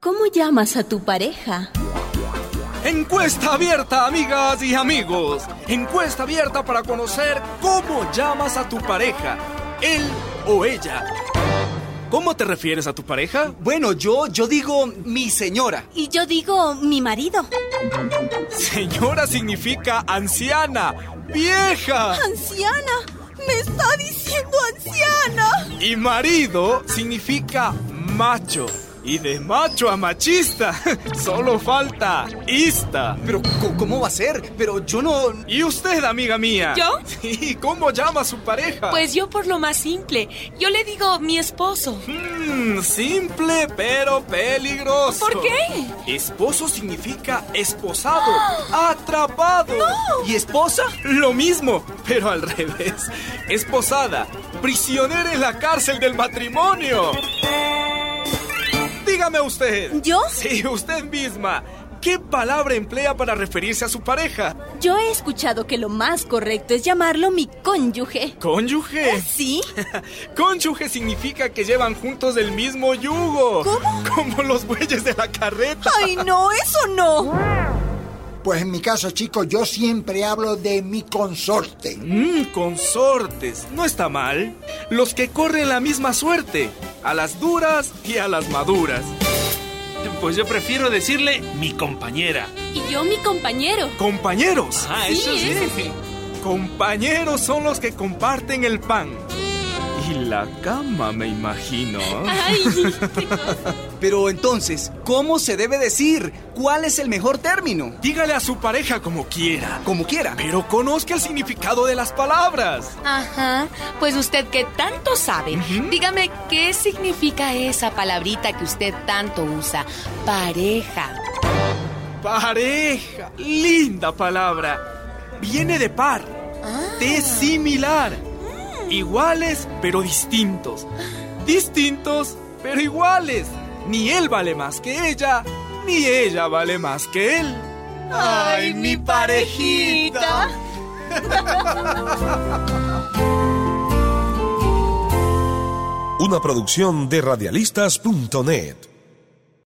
¿Cómo llamas a tu pareja? Encuesta abierta, amigas y amigos. Encuesta abierta para conocer cómo llamas a tu pareja, él o ella. ¿Cómo te refieres a tu pareja? Bueno, yo, yo digo mi señora. Y yo digo mi marido. Señora significa anciana, vieja. ¡Anciana! ¡Me está diciendo anciana! Y marido significa macho. Y de macho a machista, solo falta ista. Pero co- ¿cómo va a ser? Pero yo no... ¿Y usted, amiga mía? ¿Yo? Sí, ¿cómo llama a su pareja? Pues yo por lo más simple, yo le digo mi esposo. Mm, simple pero peligroso. ¿Por qué? Esposo significa esposado, atrapado. ¿Y esposa? Lo mismo, pero al revés. Esposada, prisionera en la cárcel del matrimonio. Dígame usted. ¿Yo? Sí, usted misma. ¿Qué palabra emplea para referirse a su pareja? Yo he escuchado que lo más correcto es llamarlo mi cónyuge. Cónyuge. ¿Sí? Cónyuge significa que llevan juntos el mismo yugo. ¿Cómo? Como los bueyes de la carreta. ¡Ay, no! ¡Eso no! Pues en mi caso, chicos, yo siempre hablo de mi consorte. Mmm, consortes. No está mal. Los que corren la misma suerte. A las duras y a las maduras. Pues yo prefiero decirle mi compañera. Y yo mi compañero. Compañeros. Ah, Sí, eso sí. ese sí. Compañeros son los que comparten el pan. Y la cama, me imagino. Ay, qué cosa. Pero entonces, ¿cómo se debe decir? ¿Cuál es el mejor término? Dígale a su pareja como quiera. Como quiera. Pero conozca el significado de las palabras. Ajá, pues usted que tanto sabe, dígame qué significa esa palabrita que usted tanto usa, pareja. Pareja. Linda palabra. Viene de par. Ah. De similar. Mm. Iguales, pero distintos. Distintos, pero iguales. Ni él vale más que ella, ni ella vale más que él. Ay, mi parejita. Una producción de radialistas.net.